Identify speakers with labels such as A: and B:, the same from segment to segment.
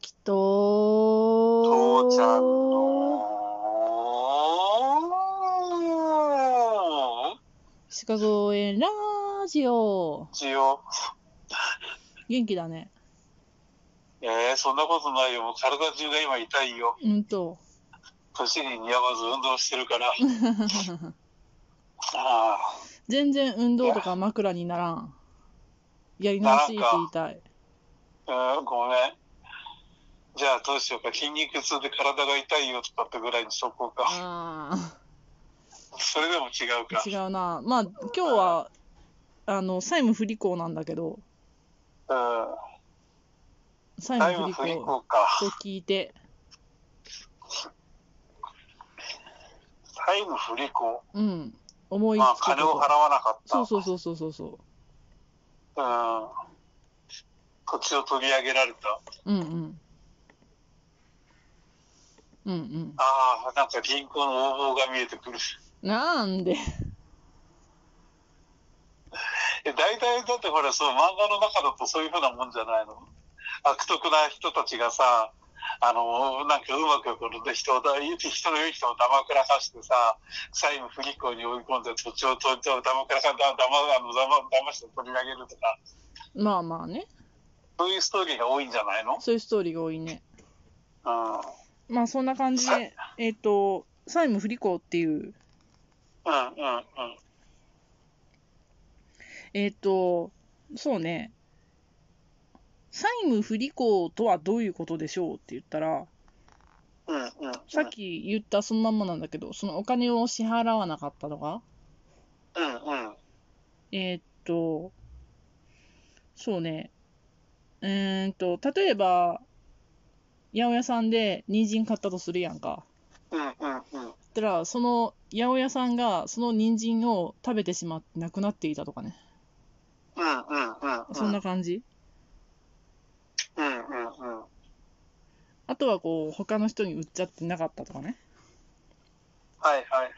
A: きと、
B: 父ちゃんの、
A: 鹿添えラジオ。
B: 一応、
A: 元気だね。
B: えー、そんなことないよ。もう体中が今痛いよ。
A: うんと。
B: 年に似合わず運動してるから。ああ、
A: 全然運動とか枕にならん。やり直しって言いたい。
B: うん、ごめん。じゃあどうしようか。筋肉痛で体が痛いよとかってぐらいにしとこうか。
A: あ
B: それでも違うか
A: あ、。違うな。まあ、今日は、あの、債務不履行なんだけど、
B: うん。
A: 債
B: タイ
A: 務
B: ム
A: 不
B: 振り
A: 履行
B: こうか。
A: と聞いて、
B: タイム振り子。
A: うん、思い
B: まあ、
A: つく
B: 金を
A: こ
B: 払わなかっ
A: と。
B: た。
A: そうそうそうそうそうそ
B: うん。土地を取り上げられた。
A: う。うんうん。うんうん。
B: ああ、なんか銀行の横暴が見えてくる。
A: なんで
B: え、大体だってほら、そう、漫画の中だとそういうふうなもんじゃないの悪徳な人たちがさ、あの、なんかうまくこの人をだ、人の良い人を黙くらかしてさ、債務不履行に追い込んで土地を取って、黙くらか、だ、だま、あの、だま、騙して取り上げるとか、
A: まあまあね。
B: そういうストーリーが多いんじゃないの
A: そういうストーリーが多いね。
B: うん。
A: まあそんな感じ
B: は
A: で、えっ、と、債務不履行っていう、
B: うんうんうん。
A: えっ、と、そうね、債務不履行とはどういうことでしょうって言ったら、
B: うんうん。
A: さっき言ったそのまんまなんだけど、そのお金を支払わなかったのが、
B: うんうん。
A: えーっと、そうね。うーんと、例えば、八百屋さんで人参買ったとするやんか。
B: うんうんうん。
A: そしたら、その八百屋さんがその人参を食べてしまって亡くなっていたとかね。
B: うんうんうんうん。
A: そんな感じ。
B: うんうんうん。
A: あとはこう、他の人に売っちゃってなかったとかね。
B: はいはいはい。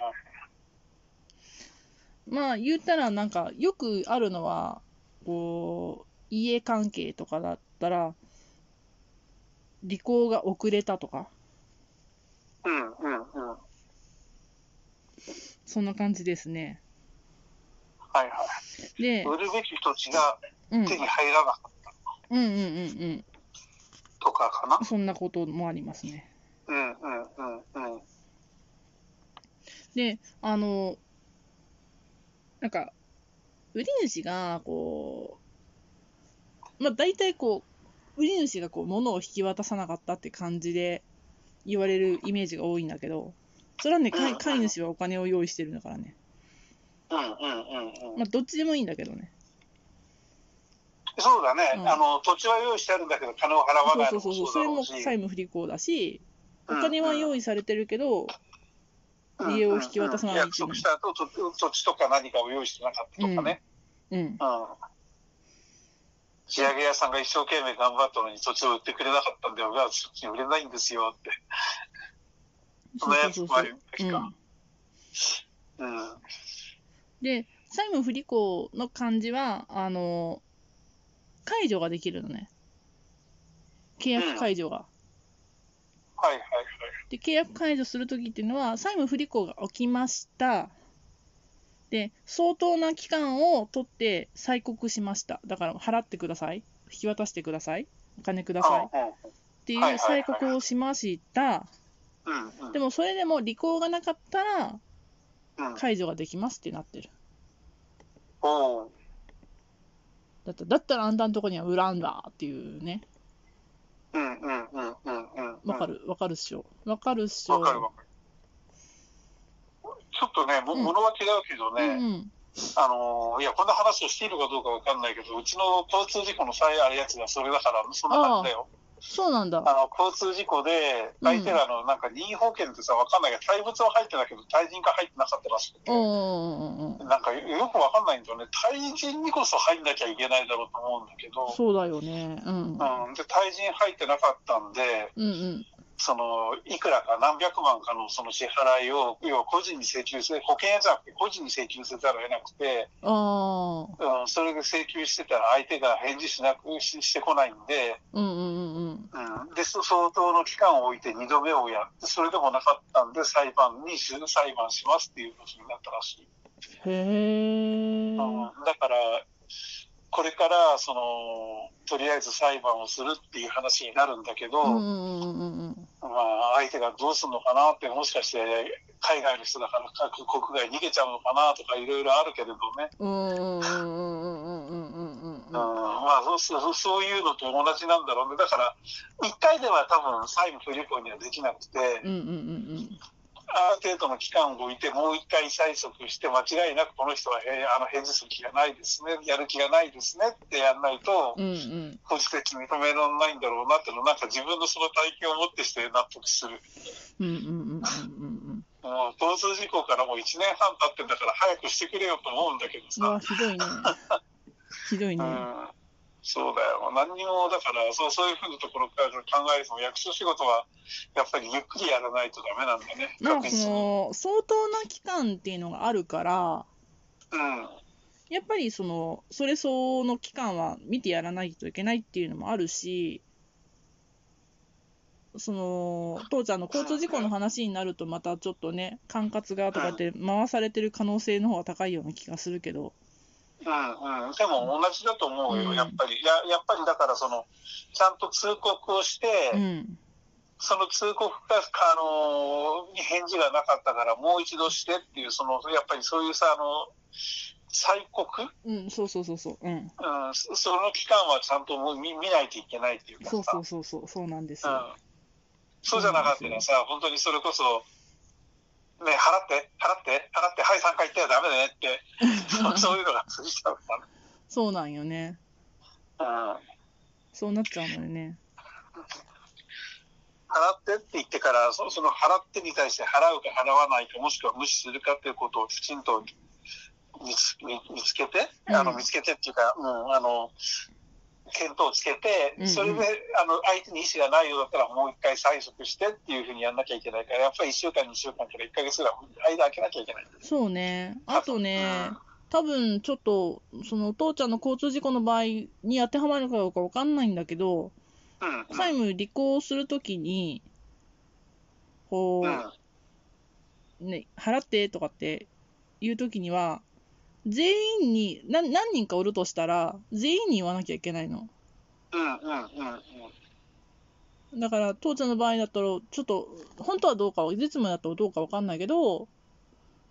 A: まあ、言ったらなんか、よくあるのは、こう、家関係とかだったら、履行が遅れたとか、
B: うんうんうん。はい
A: そんな感じですね。
B: はい。
A: で、
B: 売るべき土地が
A: うん。
B: 手に入らなかっ
A: うんうんうん
B: たとかかな
A: うん。。そんなこともありますね。
B: うんうんうんうん。
A: で、あの、なんか、売り主が、こう、まあ大体こう、売り主がこう、物を引き渡さなかったって感じで言われるイメージが多いんだけど、それはね、
B: う
A: 飼
B: ん
A: い飼い主はお金を用意してるんだからね。
B: うんうんうんう
A: ま
B: ん
A: あ、どっちでもいいんだけどね。
B: そうだね、
A: うん
B: あの土地は用意してあるんだけど金を払わ
A: そう
B: ない
A: そ
B: の
A: うそう
B: も
A: そう、
B: そ
A: そうれ
B: だろ
A: も
B: うし
A: 債務不履行だし、お
B: うん
A: 金は用
B: 意
A: 意されてるけど、家を引き渡さない
B: 約束した後と土地とか何かを用意してなかったとかね、
A: うん、
B: うん仕上げ屋さんが一生懸命頑張ったのに土地を売ってくれなかったんだよが土地売れないんですよって
A: そ
B: そ
A: う
B: の
A: そう
B: や
A: そう
B: つもあ
A: そ
B: る
A: う
B: べ。き
A: うん
B: かうんうん
A: で、債務不履行の感じは、あの、解除ができるのね。契約解除が。
B: はいはいはい
A: で、契約解除するときっていうのは、債務不履行が起きました。で、相当な期間を取って催告しました。だから、払ってください。引き渡してください。お金ください。っ
B: うんうん
A: ていう
B: はいはいはい
A: 催告をしました。
B: うんうん
A: でも、それでも履行がなかったら、
B: うん
A: 解除ができますってなってる。
B: おう
A: だっただったら、あんたのとこには売らんわっていうね。
B: うんうんうんうんうんうん
A: わかる、わかるっしょ。わかるっしょ。
B: わかるわかるちょっとねも
A: うん
B: 物は違うけどね、
A: うんうん。
B: あのーいやこんな話をしているかどうかわかんないけどうちの交通事故の際あるやつがそれだからそんな感じだよ
A: そうなんだ。
B: あの交通事故で
A: うん
B: 相手があのなんか任意保険ってさわかんないけど対物は入ってたけど対人が入ってなかったらしくて
A: うんうんうんうん。
B: なんかよくわかんないんだよね対人にこそ入んなきゃいけないだろうと思うんだけど
A: そうだよね。うん。
B: うん、で対人入ってなかったんで、
A: うんうん。
B: そのいくらか何百万かのその支払いを要は個人に請求する保険屋じゃなくて個人に請求せざるを得なくて、
A: ああ。
B: うん、それで請求してたら相手が返事しなくししてこないんで、
A: うんうんうんうん。
B: うん、で、そ相当の期間を置いて2度目をやって、それでもなかったんで、裁判にし、裁判しますっていうことになったらしい。
A: へえ。
B: うんだから、これから、その、とりあえず裁判をするっていう話になるんだけど、
A: うんうんうんうんうん。
B: まあ、相手がどうするのかなって、もしかして、海外の人だから各国外逃げちゃうのかなとか、いろいろあるけれどね、
A: うんうんうんうんうんうんうん
B: うんまあそうそう、そういうのと同じなんだろうね。だから、1回では多分、債務不履行にはできなくて、
A: うんうんうん
B: ある程度の期間を置いて、もう一回催促して、間違いなくこの人はへあの返事する気がないですね、やる気がないですねってやんないと
A: う、んうん
B: 法治的に認められないんだろうなっていうのを、なんか自分のその体験を持ってして納得する。
A: うんうんうんうん
B: もう交通事故からもう1年半経ってんだから早くしてくれよと思うんだけど
A: うん。わ
B: さ、
A: ひどいね。ひどいね。
B: うん、そうだよ、何にもだからそう、そういうふうなところから考えると、役所仕事はやっぱりゆっくりやらないとダメなんだね、
A: なんか
B: に
A: そ。の相当な期間っていうのがあるから、
B: うん
A: やっぱりそのそれ相応の期間は見てやらないといけないっていうのもあるし、その父ちゃんの交通事故の話になるとまたちょっとね管轄がとかって回されてる可能性の方が高いような気がするけど。
B: うんうん、でも同じだと思うよ、
A: うん
B: やっぱり。ややっぱりだからその、ちゃんと通告をして、
A: うん。
B: その通告が、あのーに返事がなかったから、もう一度してっていう、そのやっぱりそういうさ、あの催告、
A: うん、そうそうそうそう。うん。
B: うん、そその期間はちゃんともう見見ないといけないっていうかさ、
A: そうそうそうそう、そうなんです
B: う
A: よ。
B: ん、そうじゃなかったらさ、本当にそれこそ、ね、払って、払って、払って、はい、3回行ったらダメだね って、そうそういうのが通じちゃうから
A: そうなんよね。
B: うん
A: そうなっちゃうのよね。
B: 払ってって言ってから、そその払ってに対して払うか払わないか、もしくは無視するかっていうことをきちんと見つ見見つけて、
A: うん
B: あの見つけてっていうか、うん、あの、見当をつけ
A: うんう
B: て、
A: ん
B: それで、あの、相手に意思がないようだったら、もう一回催促してっていうふうにやんなきゃいけないから、やっぱり1週間、2週間から1ヶ月ぐらい間空けなきゃいけない。
A: そうね。あとね、多分ちょっと、そのお父ちゃんの交通事故の場合に当てはまるかどうかわかんないんだけど、
B: うん。うん。
A: 債務履行するときに、こ
B: うん。
A: う、ね、払ってとかって言うときには、全員に、な何人かおるとしたら、全員に言わなきゃいけないの。
B: うん。うん。うん。うん。
A: だから、父ちゃんの場合だったら、ちょっと、本当はどうかは、実務だったらどうかわかんないけど、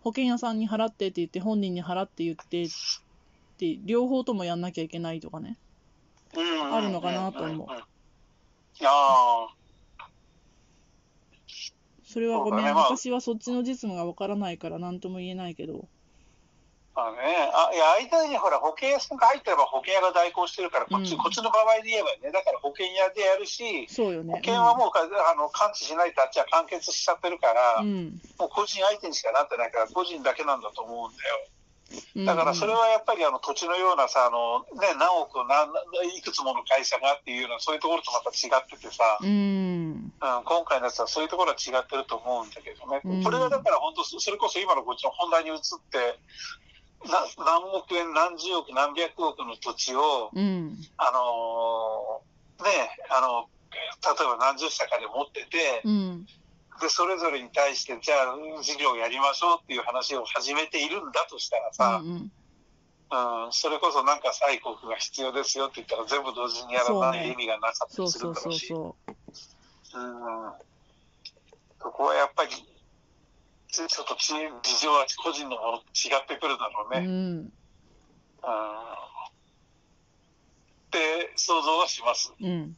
A: 保険屋さんに払ってって言って、本人に払って言ってって、両方ともやんなきゃいけないとかね。
B: うん
A: あるのかなと思う。
B: んんんああ。
A: それはごめん、
B: そうだねまあ
A: 私はそっちの実務がわからないから、なんとも言えないけど。
B: まあね、あいや間にほら保険屋さんが入ってれば保険屋が代行してるからこっち、
A: うん
B: こっちの場合で言えばねだから保険屋でやるし
A: そうよね。
B: 保険はもうか、あの完治しないとあっちは完結しちゃってるから、
A: うん、
B: も
A: うん
B: う個人相手にしかなってないから個人だけなんだと思うんだよ
A: うん。
B: だからそれはやっぱりあの土地のようなさあの、ね、何億何いくつもの会社がっていうようなそういうところとまた違っててさ、
A: うん。
B: うん、今回のやつはそういうところは違ってると思うんだけどね、
A: うん
B: これがだから本当、そそれこそ今のこっちの本題に移って、な何億円、何十億、何百億の土地を、
A: うん。
B: あのーねあの、例えば何十社かで持ってて、
A: うん。
B: で、それぞれに対して、じゃあ、事業やりましょうっていう話を始めているんだとしたらさ
A: う、ん
B: うんそれこそなんか催告が必要ですよって言ったら、全部同時にやら
A: そう
B: な
A: ね
B: い意味がなかった
A: そう
B: りす
A: そ
B: る
A: う
B: だ
A: そ
B: ろう
A: う
B: し。
A: そ
B: うんそこはやっぱり、ちょっとチーム事情は個人のものと違ってくるだろう
A: う。う
B: ね。
A: ん。
B: うんって想像はします。
A: うん。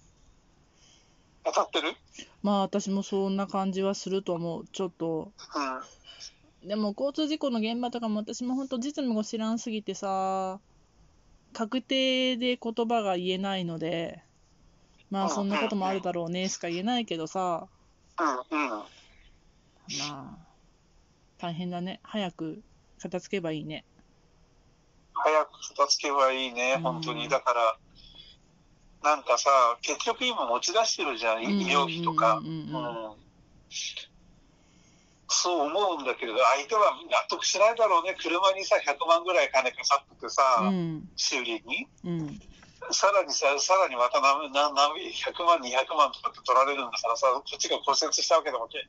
B: 当たってる
A: まあ、私もそんな感じはすると思う。ちょっと。
B: うん。うん。
A: でも交通事故の現場とかも私も本当実務が知らんすぎてさ確定で言葉が言えないのでま
B: う
A: あ
B: ん
A: そんなこともあるだろうねしか言えないけどさ
B: うん。
A: まあ大変だね早く片付けばいいね
B: 早く片付けばいいね
A: う、ん
B: 本当に。だから、なんかさ、結局今持ち出してるじゃん、医療費とか
A: う。んうんうんうん
B: うんそう思うんだけれど、相手は納得しないだろうね。車にさ、100万ぐらい金かかっててさ、
A: うん
B: 修理に。
A: うん
B: さらにさ、さらにまた何、何、何、100万、200万とかって取られるんだからさ、こっちが骨折したわけでもけ、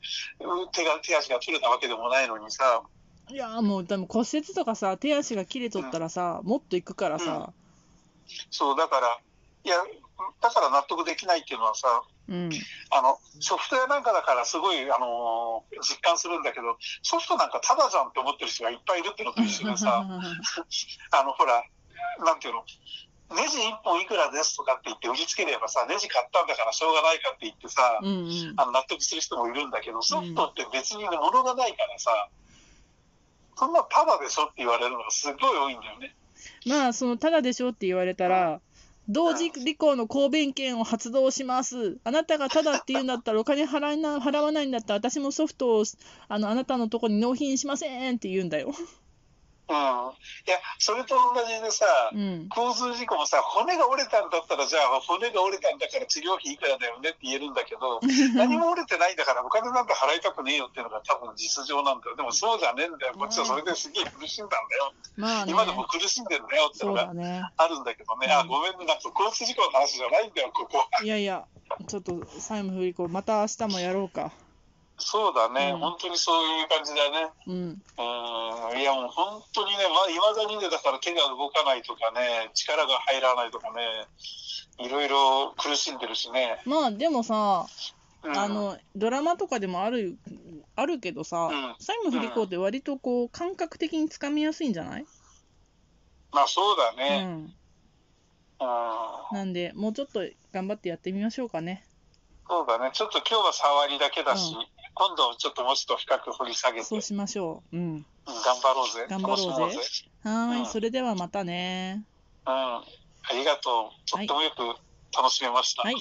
B: 手が、手足が取れたわけでもないのにさ、
A: いやーもう多分骨折とかさ手足が切れとったらさ、もっといくからさ、
B: そう、だから、いや、だから納得できないっていうのはさ、
A: うん、
B: あの、ソフトウェアなんかだからすごい、あのー実感するんだけど、ソフトなんかただじゃんって思ってる人がいっぱいいるってのと一緒でさ、あの、ほら、なんていうの、ネジ1本いくらですとかって言って売りつければさ、ネジ買ったんだからしょうがないかって言ってさ、
A: うんうん
B: あの納得する人もいるんだけど、ソフトって別に物がないからさ、そんなただでしょって言われるのがすごい多いんだよね。
A: まあそのただでしょって言われたら同時履行の抗弁権を発動しますあなたがただって言うんだったらお金払いな払わないんだったら私もソフトをあのあなたのとこに納品しませんって言うんだよ、
B: うん。いや、それと同じでさ、
A: うん、
B: 交通事故もさ、骨が折れたんだったら、じゃあ骨が折れたんだから治療費いくらだよねって言えるんだけど、何も折れてないんだからお金なんか払いたくねえよっていうのが多分実情なんだよ。でもそうじゃねえんだよ。こっちはそれですげえ苦しんだんだよ。
A: まあね
B: 今でも苦しんでんだよっていう
A: そ
B: の
A: うだ
B: が
A: ね
B: あるんだけどね。
A: うん
B: あ、ごめんね。なんか交通事故の話じゃないんだよ、ここは。
A: いやいやちょっと債務不履行また明日もやろうか
B: そうだね。
A: うん
B: 本当にそういう感じだね。
A: うん
B: うん。いやもう本当にね、まあ、いまだにね、だから手が動かないとかね、力が入らないとかね、いろいろ苦しんでるしね。
A: まあでもさ
B: うん
A: あのドラマとかでもあるあるけどさ、
B: うん
A: 債務不履行って割とこう感覚的につかみやすいんじゃない、
B: まあそうだ
A: う
B: ね。
A: ん、
B: うん。
A: なんでもうちょっと頑張ってやってみましょうかね
B: そうだね。ちょっと今日は触りだけだし、
A: う
B: 今度ちょっともうちょっと深く掘り下げて、
A: そうしましょううん
B: うん頑張ろうぜ。
A: 頑張ろうぜ
B: 楽しもうぜ。
A: はーい、
B: うん
A: それではまたね
B: うん。ありがとう。とってもよく楽しめました。
A: はい